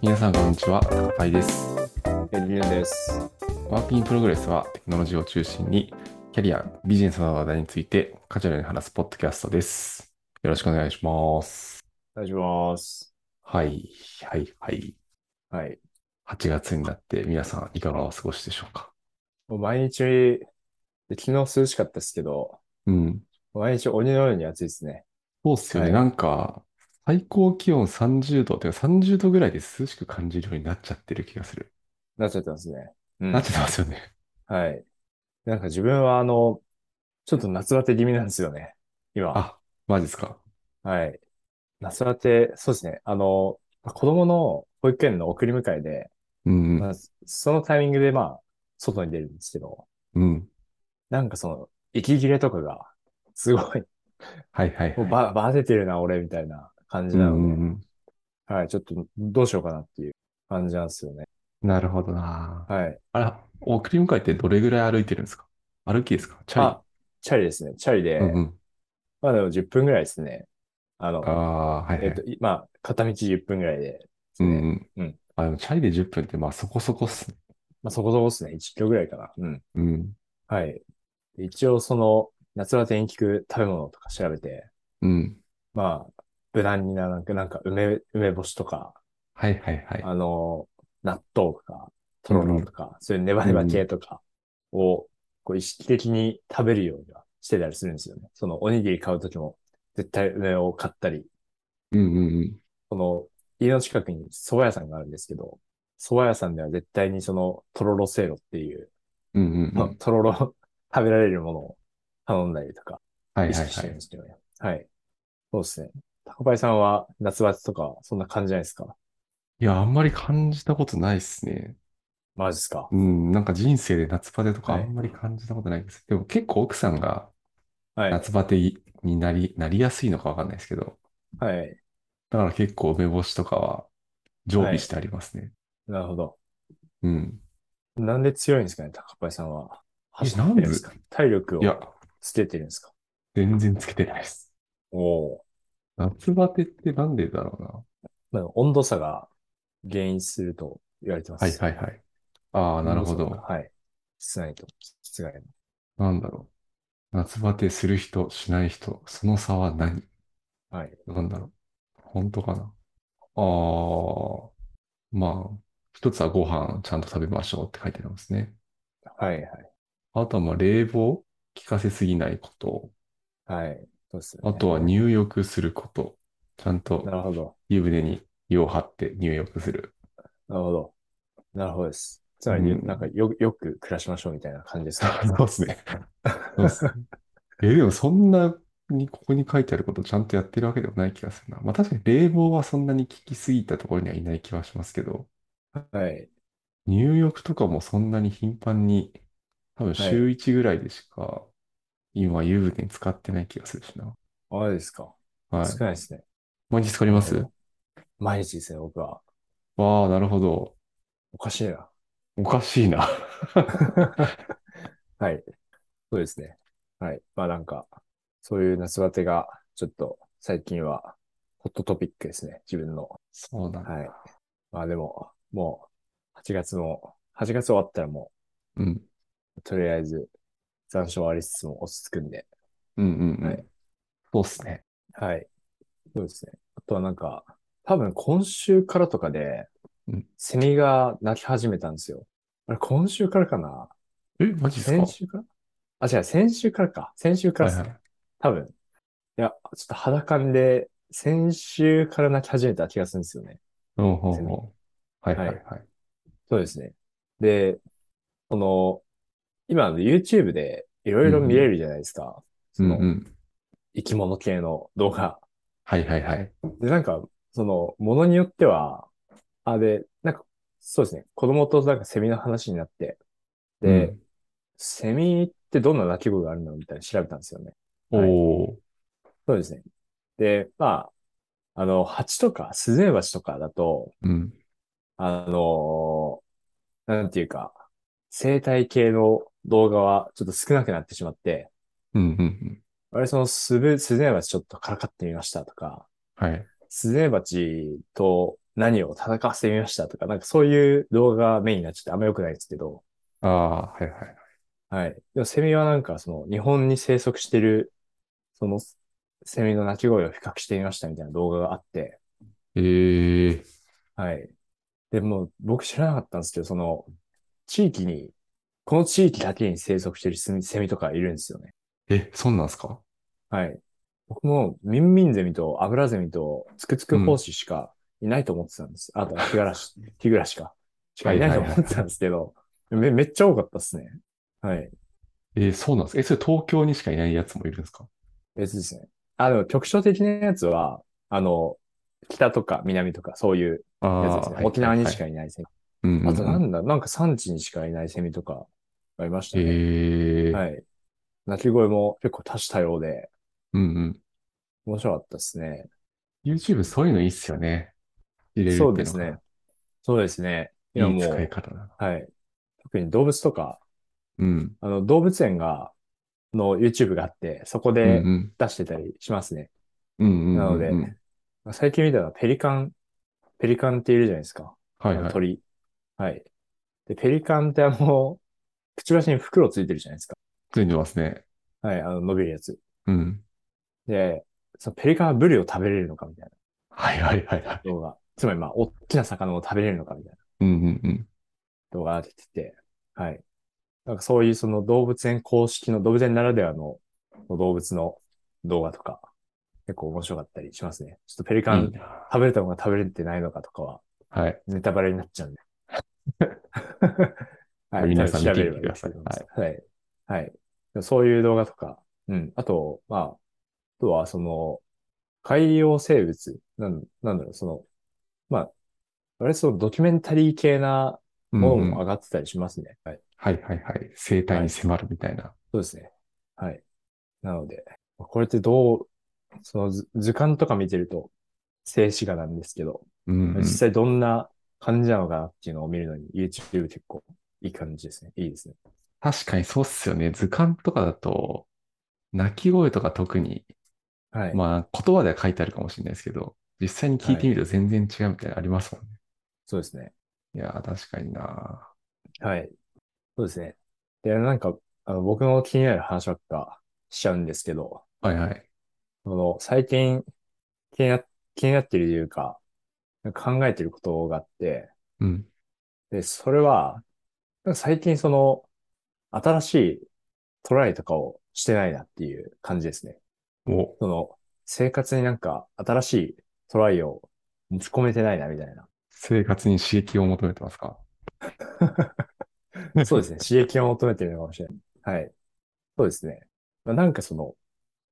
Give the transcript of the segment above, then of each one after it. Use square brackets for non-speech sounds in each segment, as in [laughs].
皆さんこんにちは、タカパイです。エリュンです。ワーキングプログレスはテクノロジーを中心にキャリア、ビジネスの話題についてカジュアルに話すポッドキャストです。よろしくお願いします。お願いします。はい、はい、はい。はい。 8月になって皆さんいかがお過ごしでしょうかもう毎日、で昨日涼しかったですけど、うん。毎日鬼のように暑いですね。そうっすよね。はなんか、最高気温30度、てか30度ぐらいで涼しく感じるようになっちゃってる気がする。なっちゃってますね。うんなっちゃってますよね。はい。なんか自分はあの、ちょっと夏バテ気味なんですよね。今。あ、マジですか。はい。夏バテ、そうですね。あの、子供の保育園の送り迎えで、うんうまん、あ、そのタイミングでまあ、外に出るんですけど、うん。なんかその、息切れとかが、すごい、はいはいはい。もうば、ばててるな、俺、みたいな感じうんなうので、んうん。はい、ちょっとどうしようかなっていう感じなんですよね。なるほどな。はい。あら、送り迎えってどれぐらい歩いてるんですか歩きですかチャあ、チャリですね。チャリリで、うんうん。まあでも10分ぐらいですね。あの、ああ、はいはい。えっと、いまあ、片道10分ぐらいでですうね。んうん。うんあ、でもチャリで10分ってまあそこそこっすね。まあ、そこそこですね。1キロぐらいかな。うん。うん。はい。一応、その、夏バテに効く食べ物とか調べて、うん。まあ、無難にな、なんか、なんか梅、梅干しとか、はいはいはい。あの、納豆とか、とろろとか、そういうネバネバ系とかを、こう意識的に食べるようにはしてたりするんですよね。そのおにぎり買うときも、絶対梅を買ったり、うんうんうん。この家の近くに蕎麦屋さんがあるんですけど、蕎麦屋さんでは絶対にそのとろろせいろっていう、うんうんうん。まあ [laughs] とろろ食べられるものを頼んだりとか、はい意はい識してはるんいで。すけどね。はい。そうですね。タコパイさんは夏バテとか、そんな感じないですかいや、あんまり感じたことないっすね。マジっすかうん、なんか人生で夏バテとかあはいんまり感じたことないです。でも結構奥さんがはい。夏バテになり、なりやすいのかわかんないですけど、はい。だから結構梅干しとかは常備してありますね。なるほど。うん。なんで強いんですかね、高橋さんは。え走ってるんですか体力をいや、捨ててるんですか全然つけてないです。おお夏バテってなんでだろうな。ー。まあ、温度差が原因すると言われてます。はいはいはい。ああ、なるほ温度差ど。がはい。室内と室外の。なんだろう。夏バテする人、しない人、その差は何はい。なんだろう。本当かな。ああ、まあ、一つはご飯ちゃんと食べましょうって書いてありますね。はいあとはまあ冷房効かせすぎないこと。はい。はい。そうですよね。あとは入浴すること。ちゃんとなるほど。湯船に湯を張って入浴する。なるほど。なるほどです。つまり、うんなんかよ、よく暮らしましょうみたいな感じですか [laughs] そうっすね。そうっすね。え、でもそんなにここに書いてあることちゃんとやってるわけでもない気がするな。まあ確かに冷房はそんなに効きすぎたところにはいない気はしますけど、はい。入浴とかもそんなに頻繁に、多分週1ぐらいでしか今湯船に使ってない気がするしな。あれですか。はい。少ないですね。毎日使いますなる毎日ですね、僕は。わあ、なるほど。おかしい [laughs] な。おかしい [laughs] な。はい。そうですね。はい。まあなんか、そういう夏バテが、ちょっと最近は、ホットトピックですね。自分の。そうなんだ。はい。まあでも、もう、8月も、8月終わったらもうん。う、とりあえず、残暑はありつつも落ち着くんで。うんうんうん。はいそうっすね。はい。そうですね。あとはなんか、多分今週からとかでうん、セミが鳴き始めたんですよ。あれ、今週からかなえ、マジっすか先週からあ、違う、先週からか。先週からですはね。いはい多分。いや、ちょっと肌感で、先週から泣き始めた気がするんですよね。うんほうほう。はいはいはい。そうですね。で、この、今の YouTube でいろいろ見れるじゃないですか。そうんの、うん。生き物系の動画。はいはいはい。で、なんか、その、ものによっては、あ、で、なんか、そうですね。子供となんかセミの話になって、で、うんセミってどんな鳴き声があるのみたいに調べたんですよね。はいおー。そうですね。で、まあ、あの、蜂とか、スズメバチとかだと、うん。あのーなんていうか、生態系の動画はちょっと少なくなってしまって、うんうんうん。あれそのスズスズメバチちょっとからかってみましたとか、はい。スズメバチと何を戦わせてみましたとか、なんかそういう動画がメインになっちゃってあんま良くないんですけど、ああ、はいはい。はい。でもセミはなんかその日本に生息してる、そのセミの鳴き声を比較してみましたみたいな動画があって、ええはい。でもう僕知らなかったんですけど、その地域に、この地域だけに生息してるセミセミとかいるんですよね。え、そんなんすかはい。僕もミンミンゼミとアブラゼミとツクツク胞子しかいないと思ってたんです。あとはヒガ [laughs] ラシ、ヒグラシか。しかいないと思ってたんですけど、め、めっちゃ多かったですね。はい。えーそうなんですかえ、それ東京にしかいないやつもいるんですか別ですね。あ、でも局所的なやつは、あの、北とか南とかそういうあやつあですね。はい沖縄にしはいかいないセミ。うんうんうんあとなんだ、なんか産地にしかいないセミとかがいましたね。ええはい。鳴き声も結構多種多様で、うんうん。面白かったですね。 YouTube そういうのいいっすよね。入れるっていそうのうがですね。。そうですね。い今いも、使いう方だな。はい。特に動物とか、うん。あの、動物園が、の YouTube があって、そこうんうでん。出してたりしますね。うんうん。なのでうんうん最近見たのはペリカン、ペリカンっているじゃないですか。はいあのはい。鳥。はい。で、ペリカンってあの、くちばしに袋ついてるじゃないですか。ついてますね。はい、あの、伸びるやつ。うん。で、そのペリカンはブリを食べれるのかみたいはいはいはいはい。な動画。つまりまあ、大きな魚を食べれるのかみたいなうんうんうん。動画が出てて、はい。なんかそういうその動物園公式の動物園ならではの動物の動画とか、結構面白かったりしますね。ちょっとペリカいいンな食べれたのか食べれてないのかとかは、はい。ネタバレになっ [laughs] ちゃうんで。はい、皆さん多分見てみて調べればください出てきますはい。はい。でもそういう動画とか、うん。あと、まあ、あとは、その、海洋生物、なん、なんだろう、その、まあ、あれ、そのドキュメンタリー系なうんもうのんも上がってたりしますね。はい。はいはいはい。生態に迫るみたいな。そうですね。はい。なので、これってどう、その図図鑑とか見てると、静止画なんですけど、うんうん。実際どんな感じなのかなっていうのを見るのに YouTube 結構いい感じですね。いいですね。確かにそうっすよね。図鑑とかだと、鳴き声とか特に、はい。まあ言葉では書いてあるかもしれないですけど、実際に聞いてみると全然違うみたいなのありますもんね。そうですね。いやー、確かにな。はい。そうですね。で、なんか、あの僕の気になる話ばっかしちゃうんですけど、はいはい。その最近気にな、気になってるというか、考えてることがあって、うん。で、それは、なんか最近その、新しいトライとかをしてないなっていう感じですね。お、その、生活になんか新しいトライを持ち込めてないなみたいな。生活に刺激を求めてますかそうです [laughs] ね。刺激を求めてるのかもしれない。はい。そうですね。まあなんかその、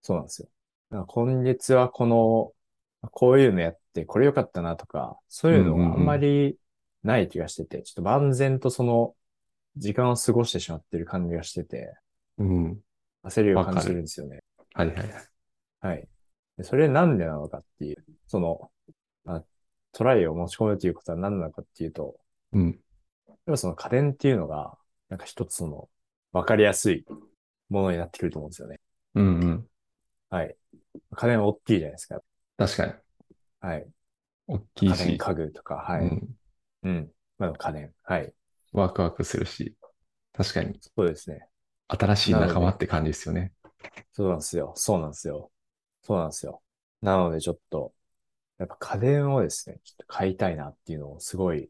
そうなんですよ。なんか今月はこの、こういうのやって、これ良かったなとか、そういうのがあんまりない気がしてて、ちょっと万全とその、時間を過ごしてしまってる感じがしてて、うん。焦りをわか感るじてるんですよね。はいはいはい。はい。でそれなんでなのかっていう、その、まあ、トライを持ち込むということは何なのかっていうと、うん。やっぱその家電っていうのが、なんか一つその、わかりやすいものになってくると思うんですよね。うんうん。はい。家電は大きいじゃないですか。確かに。はい。大きい家電し、家具とか、はうい。ん。うん。まあでも家電。はい。ワクワクするし、確かにそうですね。新しい仲間って感じですよね。そうなんですよ。そうなんですよ。そうなんですよ。なのでちょっと、やっぱ家電をですね、ちょっと買いたいなっていうのをすごい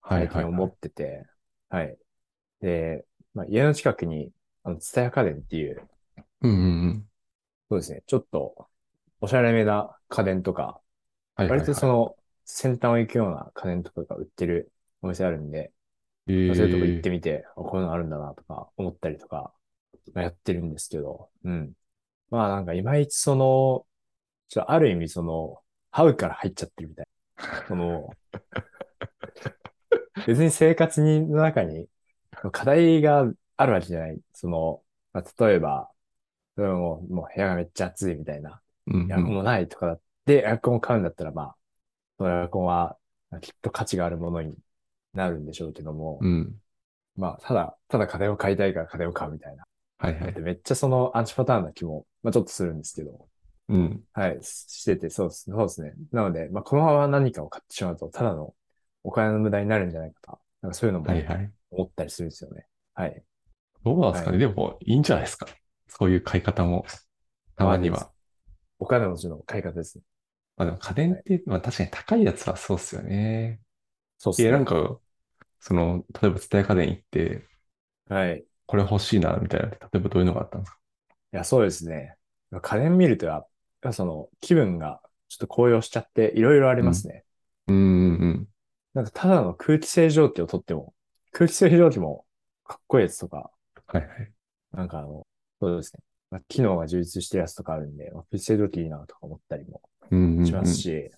はいは最い近はい、思ってて、はいで、まあ、家の近くに、あの、蔦屋家電っていう、うんうんうん。そうですね、ちょっと、おしゃれめな家電とか、はいはい、割はい。とその、先端を行くような家電とかが売ってるお店あるんで、えまーあそういうとこ行ってみて、あこういうのあるんだなとか思ったりとか、まあやってるんですけど、うん。まあなんかいまいちその、ちょっとある意味その、ハウから入っちゃってるみたいな。[laughs] その、別に生活にの中に課題があるわけじゃない。その、まあ、例えば、それももう部屋がめっちゃ暑いみたいな。うんうエアコンん、もないとかだって、エアコンを買うんだったら、まあ、そのエアコンはきっと価値があるものになるんでしょうけども、うん。まあ、ただ、ただ家電を買いたいから家電を買うみたいな。はいはいで。めっちゃそのアンチパターンな気も、まあちょっとするんですけど、うん。はい、してて、そうですそうですね。なので、まあ、このまま何かを買ってしまうと、ただのお金の無駄になるんじゃないかと。なんかそういうのもはいはい。思ったりするんですよね。はい。どうなんですかね。でも、いいんじゃないですか。そういう買い方も、たまには。お金持ちの買い方ですね。まあでも家電って、まあ確かに高いやつはそうっすよね。そうでいすや、なんね。か、その、例えば伝え家電行って、はい。いこれ欲しいな、みたいな、例えばどういうのがあったんですかや、そうですね。家電見るとやっぱ、その気分がちょっと高揚しちゃって、いろいろありますね。うんうんうん。なんかただの空気清浄機を取っても、空気清浄機もかっこいいやつとか、はいはい。なんかあの、そうですね。まあ、機能が充実してるやつとかあるんで、まあ、空気清浄機いいなとか思ったりもうんうん、うん。しますし、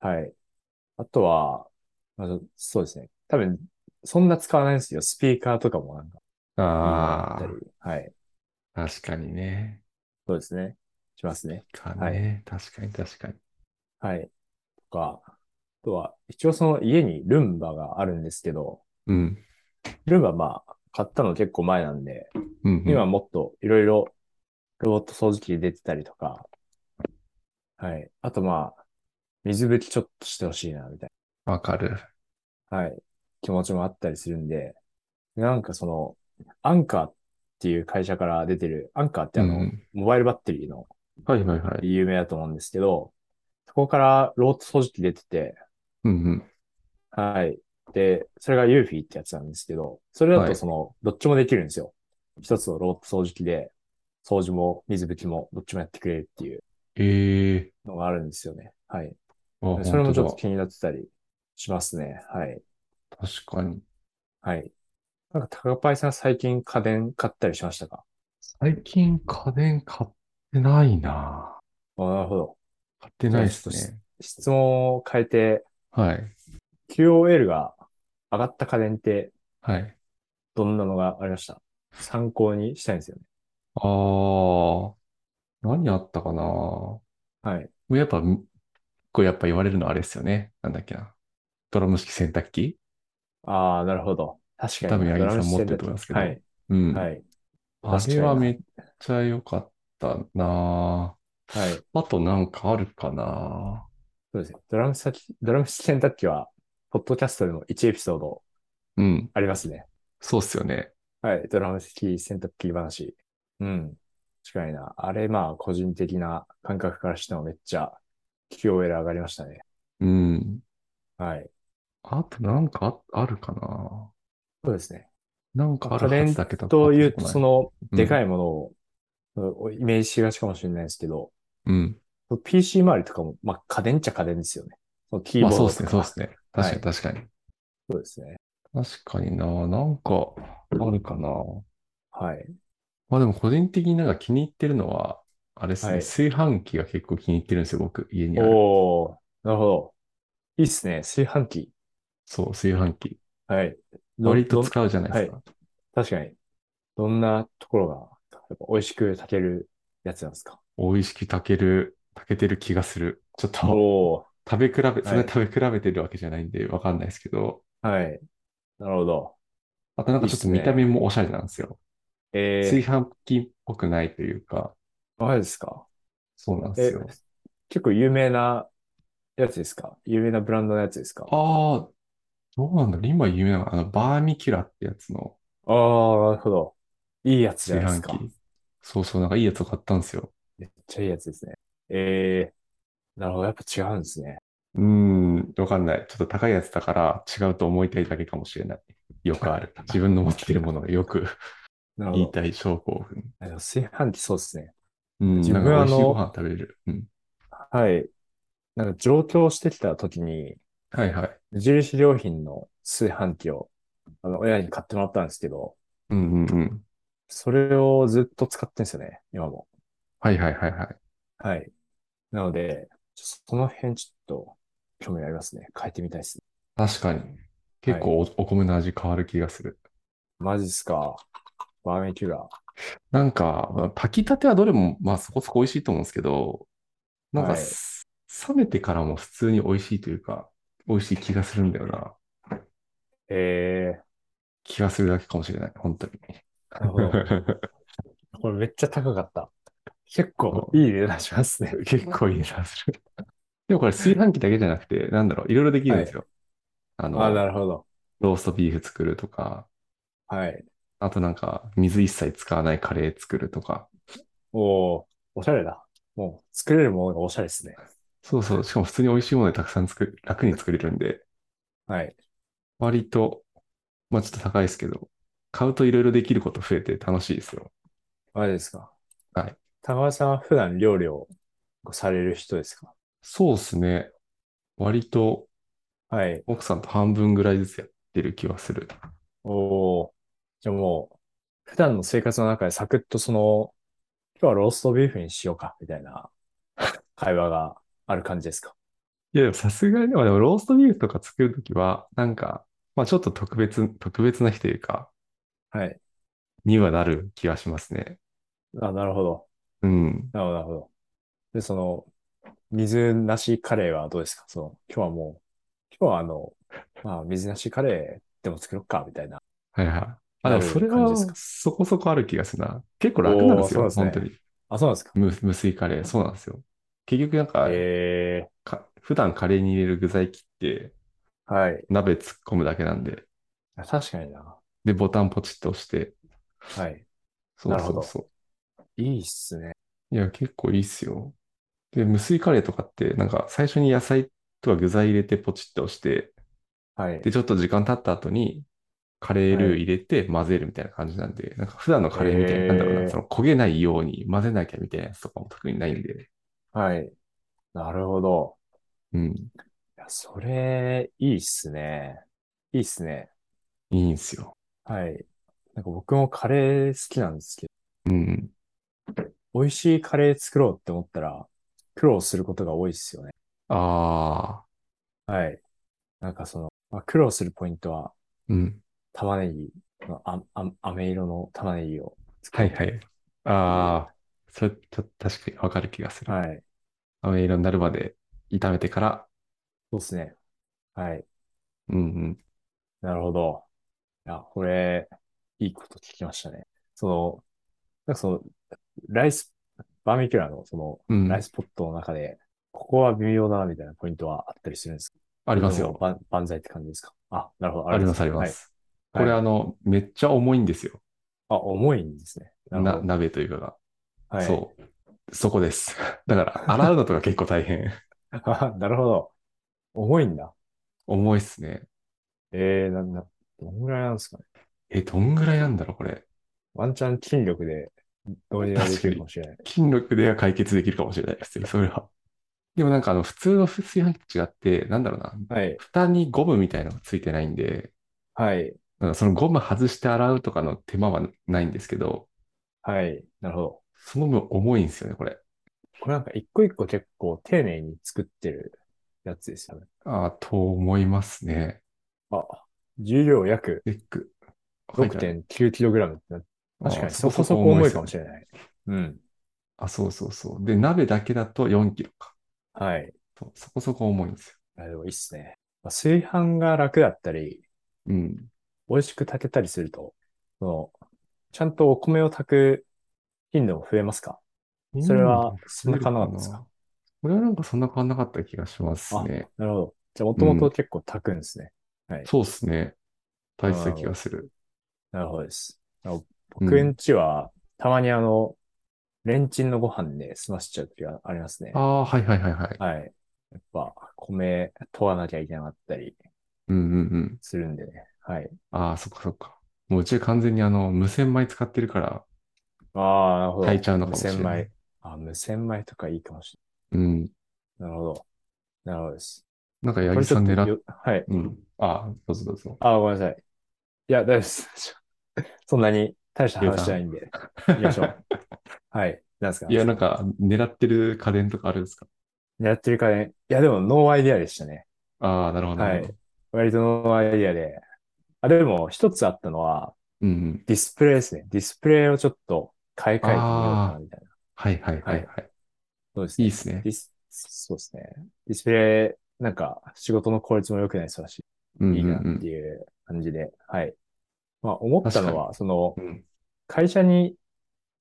はい。あとは、まあ、そうですね。多分、そんな使わないんですよ。スピーカーとかもなんか、いいなあと思ったり、はい。あ、確かにね。そうですね。しますね。かはいね。確かに確かに。はい。とか、あとは、一応その家にルンバがあるんですけど、うん。ルンバまあ、買ったの結構前なんで、うんうん、今もっといろいろロボット掃除機出てたりとか、はい。あとまあ、水拭きちょっとしてほしいな、みたいわかる。な、はい。気持ちもあったりするんで、なんかその、アンカーっていう会社から出てる、アンカーってあの、うんモバイルバッテリーのはいはいはい。有名だと思うんですけど、そこからロボット掃除機出てて、うんうん。はい。で、それがユーフィーってやつなんですけど、それだはといその、どっちもできるんですよ。一つのロボット掃除機で、掃除も水拭きもどっちもやってくれるっていうええのがあるんですよね。はい。ー。あ、それもちょっと本当気になってたりしますね。はい。だ確かに。はい。なんか、高パイさん最近家電買ったりしましたか最近家電買ってないな。あなるほど。買ってないですね。質問を変えて、はい。 QOL が上がった家電ってはい。どんなのがありました参考にしたいんですよね。ああ、何あったかな。もはい。うやっぱ、こうやっぱ言われるのあれですよね。なんだっけな。ドラム式洗濯機ああ、なるほど。確かに。多分八木ドラさんム式持って洗ると濯機思いますけどはい。うん。はい。あれはめっちゃ良かったな。はい。そうあとなんかあるかな。ですね。ドラム式、ドラム式洗濯機は、ポッドキャストでも1エピソードうん。ありますね。そうっすよね。はい。ドラム式洗濯機話。うん。確かにな。あれ、まあ、個人的な感覚からしてもめっちゃ、QOL 上がりましたね。うん。はい。あとなんかあ、あるかな。そうですね。なんかある家は電ずだけど。というパッと、とその、うんでかいものを、うんイメージしがちかもしれないですけど、こない。うん。 PC 周りとかも、まあ、家電っちゃ家電ですよね。そのキーまボあーそうドっすとね、か。そうっすね。確かはにい確かに。そうですね。確かにな。なんかあるかな。はい。まあでも個人的になんか気に入ってるのは、あれですね、はい炊飯器が結構気に入ってるんですよ、僕、家にある。おー、なるほど。いいっすね。炊飯器。そう、炊飯器。はい。ど割とどん使うじゃないですか。確かに。どんなところが、やっぱ美味しく炊けるやつなんですか美味しく炊ける、炊けてる気がする。ちょっとお食べ比べ、それは食べ比べてるわけじゃないんでわかんないですけど、ー、はい。なるほど。あとなんかちょっと見た目もおしゃれなんですよ。え炊ー、飯器っぽくないというか、マジですかそうなんですえよ。、結構有名なやつですか有名なブランドのやつですかあああ、どうなんだろう。今有名なのは、あの、バーミキュラってやつのあー、なるほど。いいやつじゃ炊ないで飯すか。器。そうそう、なんかいいやつを買ったんですよ。めっちゃいいやつですね。えー、なるほど。やっぱ違うんですね。うーん、わかんない。ちょっと高いやつだから違うと思いたいだけかもしれない。よくある。 [laughs] 自分の持っているものを [laughs] よくなるほ言いど。たい症候群。あの炊飯器そうですね。うん、自なんか分美は味しいあのご飯食べれる。うん。はい。なんか上京してきた時に、はいはい。無印良品の炊飯器を、あの、親に買ってもらったんですけど、うんうんうん。それをずっと使ってんですよね、今も。はいはいはいはい。はい。なので、ちょその辺ちょっと興味ありますね。変えてみたいですね。確かに。結構おお米の味変わる気がする。マジっすか。バーベキューが。なんか、まあ炊きたてはどれも、まあそこそこ美味しいと思うんですけど、なんかはいす、冷めてからも普通に美味しいというか、美味しい気がするんだよな。え気がす [laughs] るだけかもしれない。本当に。ー、なるほど。これめっちゃ高かった。結構いい値段しますね。結構いい値段する。 [laughs] でもこれ炊飯器だけじゃなくて、なんだろう、いろいろできるんですよ。ああ、の、なるほど。ローストビーフ作るとか、はい。あとなんか、水一切使わないカレー作るとか。おーおしゃれだ。もう、作れるものがおしゃれですね。そうそう、しかも普通に美味しいものでたくさん作る、楽に作れるんで、はい。割と、まあちょっと高いですけど、買うといろいろできること増えて楽しいですよ。あれですか。はい。高橋さんは普段料理をされる人ですかそうですね。割とはい。奥さんと半分ぐらいずつやってる気はする。おーじゃあもう、普段の生活の中でサクッとその、今日はローストビーフにしようか、みたいな会話がある感じですかいや、でもさすがに、まあでもローストビーフとか作るときは、なんか、まあちょっと特別、特別な日というか、はい。にはなる気がしますね。あ、なるほど。うん。なるほど、なるほど。で、その、水なしカレーはどうですかその、今日はもう、今日はあの、まあ、水なしカレーでも作ろっか、みたいな。はいはい。あ、でもそれなる感はじですかそこそこある気がするな。結構楽なんですよ、おーそう本ですね当に。あ、そうなんですか無、無水カレー、そうなんですよ。結局なんか、えか普段カレーに入れる具材切って、ー、はい。鍋突っ込むだけなんで、あ確かにな。で、ボタンポチッと押して、はい。そうなるほそどうそう。いいっすね。いや、結構いいっすよ。で、無水カレーとかって、なんか最初に野菜とか具材入れてポチッと押して、はい。で、ちょっと時間経った後に、カレールー入れて混ぜるみたいな感じなんで、なんか普段のカレーみたいへに、ーなんだろうな、その焦げないように混ぜなきゃみたいなやつとかも特にないんで、はい。なるほど。うん、いや、それ、いいっすね。いいっすね。いいんすよ。はい。なんか僕もカレー好きなんですけうん。ど、美味しいカレー作ろうって思ったら、苦労することが多いっすよね。ああ、はい。なんかその、まあ、苦労するポイントは、うん。玉ねぎの、あ、あ、飴色の玉ねぎを作はるいはい。ああ、それ、ちょっと確かにわかる気がする。はい。飴色になるまで炒めてから、そうですね。はい。うんうん。なるほど。いや、これ、いいこと聞きましたね。その、なんかその、ライス、バーミキュラの、その、うんライスポットの中で、ここは微妙だな、みたいなポイントはあったりするんですかあありますよ。万万歳って感じですかあ、なるほど。ありますありまはい。す。これはいあの、めっちゃ重いんですよ。あ、重いんですね。なるほな、ど。鍋というかが。はい。そう。そこです。 [laughs] だから、洗うのとか結構大変。 [laughs] なるほど。重いんだ。重いっすね。ええな、な、どんぐらいなんですかね。え、どんぐらいなんだろう、これ。ワンチャン筋力でどうにかできるかもしれない。筋力では解決できるかもしれないですね、それは。でもなんか、あの、普通の炊飯器と違って、なんだろうな。はい。蓋にゴムみたいなのがついてないんで、はい。なんかそのゴム外して洗うとかの手間はないんですけど、はい。なるほど。その分重いんですよね、これ。これなんか一個一個結構丁寧に作ってるやつですよね。ああ、と思いますね。あ、重量約エッグ。 6.9kg ってなあー確かにそこそこ重いかもしれない。うん。あ、そうそうそう。で、鍋だけだと4キロか。はい。そうそこそこ重いんですよ。あでもいいっすね。まあ炊飯が楽だったり、うん。美味しく炊けたりすると、その、ちゃんとお米を炊く頻度も増えますかそれは、そんな感じなんですかこれはなんかそんな変わんなかった気がしますね。なるほど。じゃあ、もともと結構炊くんですね。あそうですね。大切な気がする。なるほどです。あのうん僕んちは、たまにあの、レンチンのご飯で済ましちゃう時がありますねあ。あ、はいはいはいはい。はい。やっぱ、米、問わなきゃいけなかったりうんうんうん。するんでね。はい。ああ、そっかそっか。もううちは完全にあの、無洗米使ってるから、ああ、なるほど。炊いちゃうのかもしれない無洗米。あ、無洗米とかいいかもしうん。れない。なるほど。なるほどです。なんかこ八れ木ちさょんっと狙っ、よ、はい。うん。ああ、どうぞどうぞ。あ、ごめんなさい。いや、大丈夫です。 [laughs] そんなに大した話じゃないんで。行きましょう。はい。なんですかいや、なんか、狙ってる家電とかあるんですか狙ってるかね。いや、でもノーアイディアでしたね。ああ、なるほど、なるほど。割とノーアイディアで。あ、でも一つあったのは、うんうん。ディスプレイですね。ディスプレイをちょっと買い替えてみようかな、みたいな。はいはいはいはい。そうですいいね。ですねデ。ィス、そうですね。ディスプレイ、なんか仕事の効率も良くないそうだし、うんいいうんなっていう感じで、はい。まあ思ったのは、その、うん。うん会社に、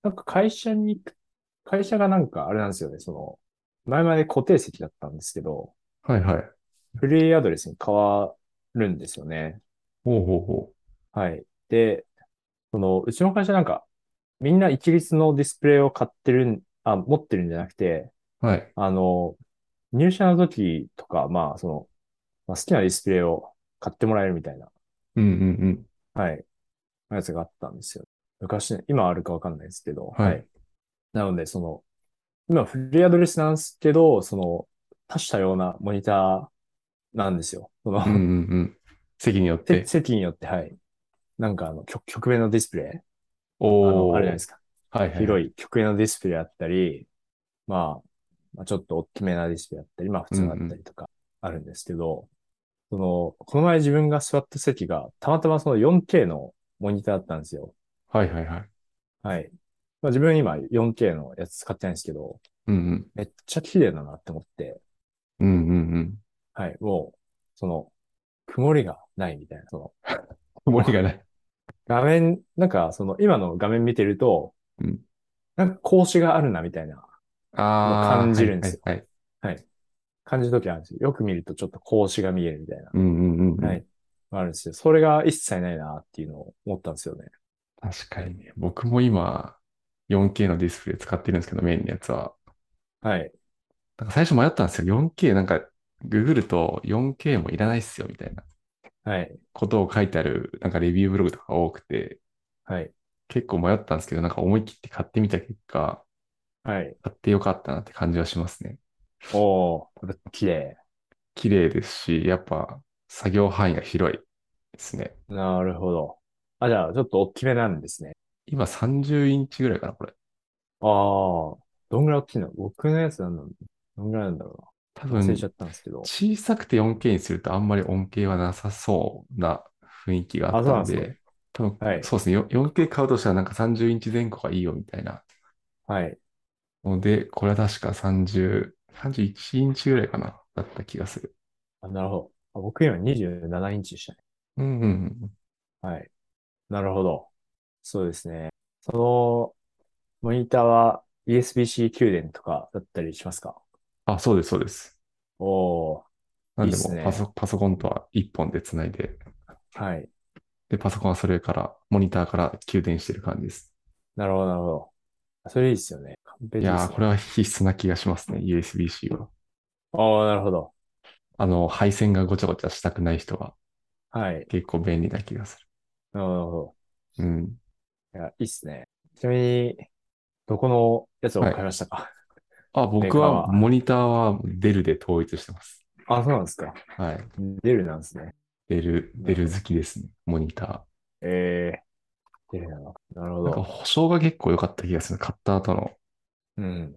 なんか会社に行く会社がなんかあれなんですよね、その、前まで固定席だったんですけど、はいはい。フリーアドレスに変わるんですよね。ほうほうほはい。で、その、うちの会社なんか、みんな一律のディスプレイを買ってるん、あ、持ってるんじゃなくて、う。はい。あの、入社の時とか、まあ、その、まあ、好きなディスプレイを買ってもらえるみたいな、うんうんうん。はい、やつがあったんですよ。昔ね、今あるかわかんないですけど、はい。なので、その、今フリーアドレスなんですけど、その、多種多様なモニターなんですよ。その、うんうんうん。席によっせて。席によって、はい。なんかあの、曲、曲面のディスプレイあおの、ー。あれじゃないですか。はいはい。広い曲面のディスプレイあったり、まあ、まあ、ちょっと大きめなディスプレイあったり、まあ普通だったりとかあるんですけど、その、この前自分が座った席が、たまたまその 4K のモニターだったんですよ。はいはいはい。はい。まあ自分今 4K のやつ使ってないんですけど、うんめっちゃ綺麗だなって思って、うん。うんうんうん。はい、もう、その、曇りがないみたいな、その、曇りがない。画面、なんかその、今の画面見てると、うんなんか格子があるなみたいなあー。感じるんですよはいはいはい。感じの時あるんですよ。よく見るとちょっと格子が見えるみたいな。うんうんうんうん。はい。あるんですよ。それが一切ないなっていうのを思ったんですよね。確かにね。僕も今、4K のディスプレイ使ってるんですけど、メインのやつは。はい。なんか最初迷ったんですよ。4K、なんか、ググると 4K もいらないっすよ、みたいなはい。ことを書いてある、なんかレビューブログとか多くて、はい。結構迷ったんですけど、なんか思い切って買ってみた結果、はい。買ってよかったなって感じはしますね。おー、これ綺麗。綺麗ですし、やっぱ作業範囲が広いですね。なるほど。あ、じゃあ、ちょっと大きめなんですね。今30インチぐらいかな、これ。あー、どんぐらい大きいの僕のやつなんだどんぐらいなんだろ多うな。分、忘れちゃったんですけど。小さくて 4K にするとあんまり恩恵はなさそうな雰囲気があったのあそうなんで、多分、はいそうですね、よ 4K 買うとしたらなんか30インチ前後がいいよみたいなはい。ので、これは確か30、31インチぐらいかな、だった気がする。あなるほど。あ僕今27インチでしたね。うんうんうん。はい。なるほど。そうですね。その、モニターは USB-C 給電とかだったりしますかあ、そうです、そうです。おー。なんでいいっすもねパソ、パソコンとは1本でつないで、はい。で、パソコンはそれから、モニターから給電してる感じです。なるほど、なるほど。それいいですよね。完璧いですね。やー、これは必須な気がしますね、USB-C は。ああ、なるほど。あの、配線がごちゃごちゃしたくない人ははい。結構便利な気がすなるほる。うん。ど。いや、いいっすね。ちなみに、どこのやつをはい買いましたか、あ、メー僕カーははモニターはデルで統一してます。あ、そうなんですか。はい。デルなんですね。デル、んデル好きですね。モニタええデルなのか。なるほー。なんかど。保証が結構良かった気がする。買った後の。うん。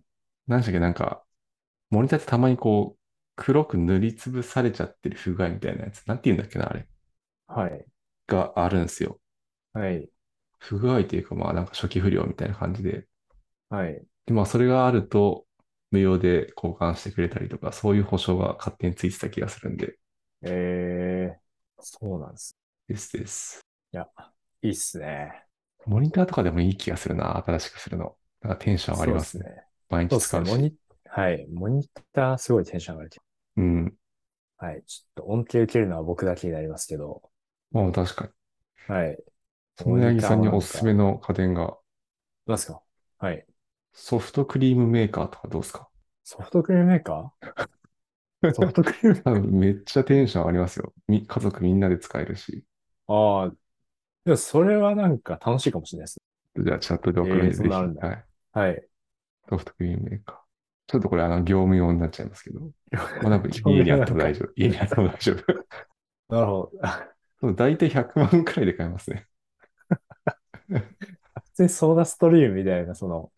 何でしたっけ、なんか、モニターってたまにこう、黒く塗りつぶされちゃってる不具合みたいなやつ。なんて言うんだっけな、あれ。はい。があるんですよ。はい。不具合というか、まあなんか初期不良みたいな感じで。はい。で、まあそれがあると、無料で交換してくれたりとか、そういう保証が勝手についてた気がするんで。ええそうなんです。ですです。いや、いいっすね。モニターとかでもいい気がするな、新しくするの。なんかテンション上がりますね。そうっすね。毎そう日っす使ね。うモし。ニ、はい。モニターすごいテンション上がる。うん。はい。ちょっと恩恵受けるのは僕だけになりますけど。まあ確かに。はい。その八木さんにおすすめの家電が、なんすかはい。ソフトクリームメーカーとかどうですかソフトクリームメーカーソフトクリー [laughs] ム多分めっちゃテンション上がりますよ。み家族みんなで使えるし。ああ。でもそれはなんか楽しいかもしれないですね。じゃあチャットで送るんで、えーぜそひ。んなのあるんだはい。はい。ソフトクリームメーカー。ちょっとこれあの業務用になっちゃいますけど。まあ [laughs] 多分業務家にあ用っなのかても大丈夫。家にあっても大丈夫。 [laughs] なるほど。そう大体100万くらいで買えますね。普通にソーダストリームみたいな、[laughs] その、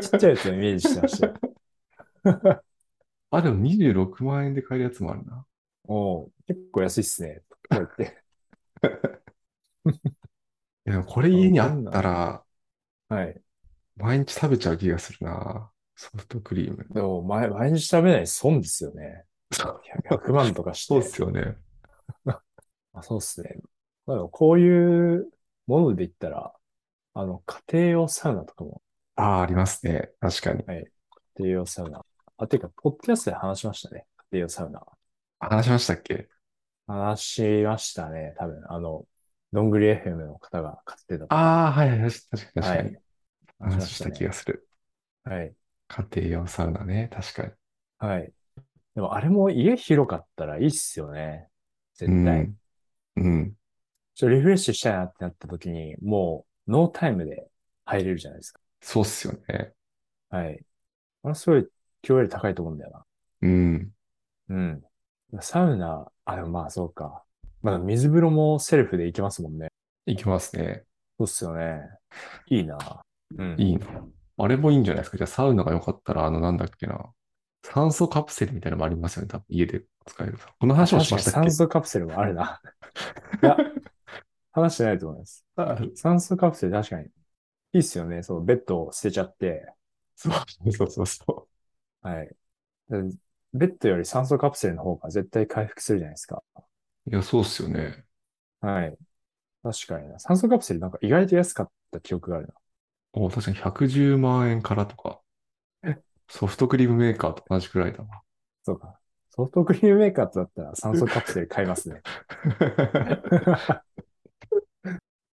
ちっちゃいやつをイメージしてましたよ。あ、でも26万円で買えるやつもあるな。おう結構安いっすね。こうやって。いや、でもこれ家にあったら、はい。毎日食べちゃう気がするな。ソフトクリーム。でも、毎毎日食べない損ですよね。そう100万とかして。そうっすよね。あ、そうっすね。まあでもこういうもので言ったら、あの、家庭用サウナとかもああ、ありますね。確かに。家庭用サウナ。あ、ていうか、ポッドキャストで話しましたね。家庭用サウナ。話しましたっけ話しましたね。多分、あの、どんぐり FM の方が買ってたと。ああ、はいはい、確かに確かに。はい話した気ね。がする。はい。家庭用サウナね。確かに。はい。でも、あれも家広かったらいいっすよね。絶う対。ん。うん。ちょっとリフレッシュしたいなってなった時に、もう、ノータイムで入れるじゃないですか。そうっすよね。はい。あれ、すごい、今日より高いと思うんだよな。うん。うん。サウナ、あ、でもまあ、そうか。まあ、水風呂もセルフで行けますもんね。いきますね。そうっすよね。いいな。うん。いいな。あれもいいんじゃないですか。じゃあサウナが良かったら、あの、なんだっけな。酸素カプセルみたいなのもありますよね。多分家で使える。この話をしました確っかけに酸素カプセルもあるな。いや、話してないと思います。ある酸素カプセル確かに。いいっすよね。そう、ベッドを捨てちゃって。そうそうそうそはい。ベッドより酸素カプセルの方が絶対回復するじゃないですか。う。いや、そうっすよね。はい。確かにな。酸素カプセルなんか意外と安かった記憶があるな。お、確かに110万円からとか。ソフトクリームメーカーと同じくらいだ [laughs] わ。そうか。ソフトクリームメーカーだったら酸素カプセル買いますね。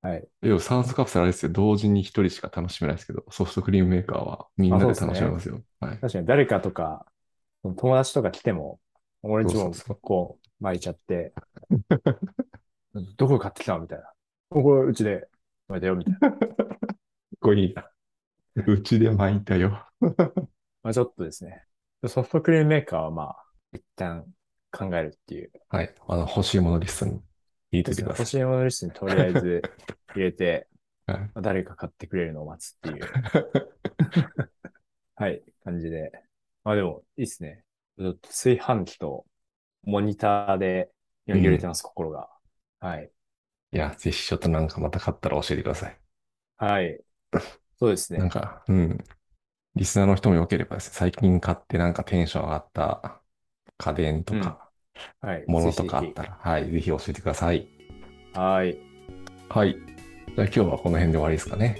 はい。でも酸素カプセルあれですよ。同時に一人しか楽しめないですけど、ソフトクリームメーカーはみんなであそう楽っしすめねますよ。はい。確かに誰かとか、その友達とか来ても、俺んちそうもそうそうこう巻いちゃ [laughs] って、どこ買ってきたのみたいな。これうちで巻いたよ、みたいな。これいいな。うちで巻いたよ。まあちょっとですね。ソフトクリームメーカーはまあ、一旦考えるっていう。はい。あの、欲しいものリストに入れておいてくだ欲さしいものリストにとりあえず入れて、い。はい。まあ誰か買ってくれるのを待つって [laughs] いう、はい、感じで。まあでも、いいっすね。ちょっと炊飯器とモニターで今揺れてます、心が。はい。いや、ぜひちょっとなんかまた買ったら教えてください。はい。そうですなんね。か、うん。リスナーの人も良ければですね、最近買ってなんかテンション上がった家電とか、はい。ものとぜひかあぜったら、はい、ぜひ教えてください。ひはい。はい。じゃあ今日はこの辺で終わりですかね。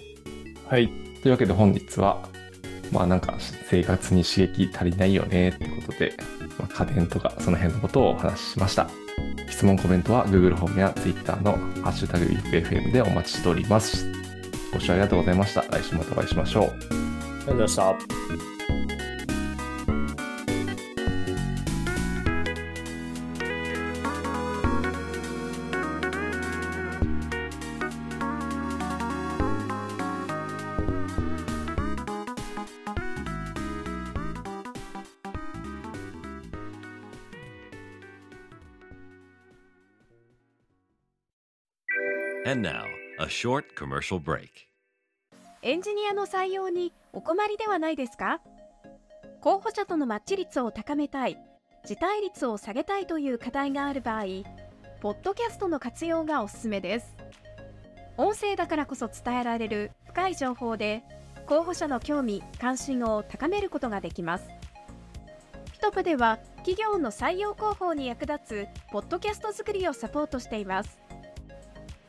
はい。というわけで本日は、まあなんか生活に刺激足りないよねってことで、まあ、家電とかその辺のことをお話ししました。質問、コメントは Google ホームや Twitter のハッシュタグ UFFM でお待ちしております。ご視聴ありがとうございました。来週またお会いしましょう。ありがとうございました。 And now, a short commercial break. エンジニアの採用にお困りではないですか候補者とのマッチ率を高めたい、辞退率を下げたいという課題がある場合、ポッドキャストの活用がおすすめです。音声だからこそ伝えられる深い情報で、候補者の興味・関心を高めることができます。ピトプでは、企業の採用広報に役立つポッドキャスト作りをサポートしています。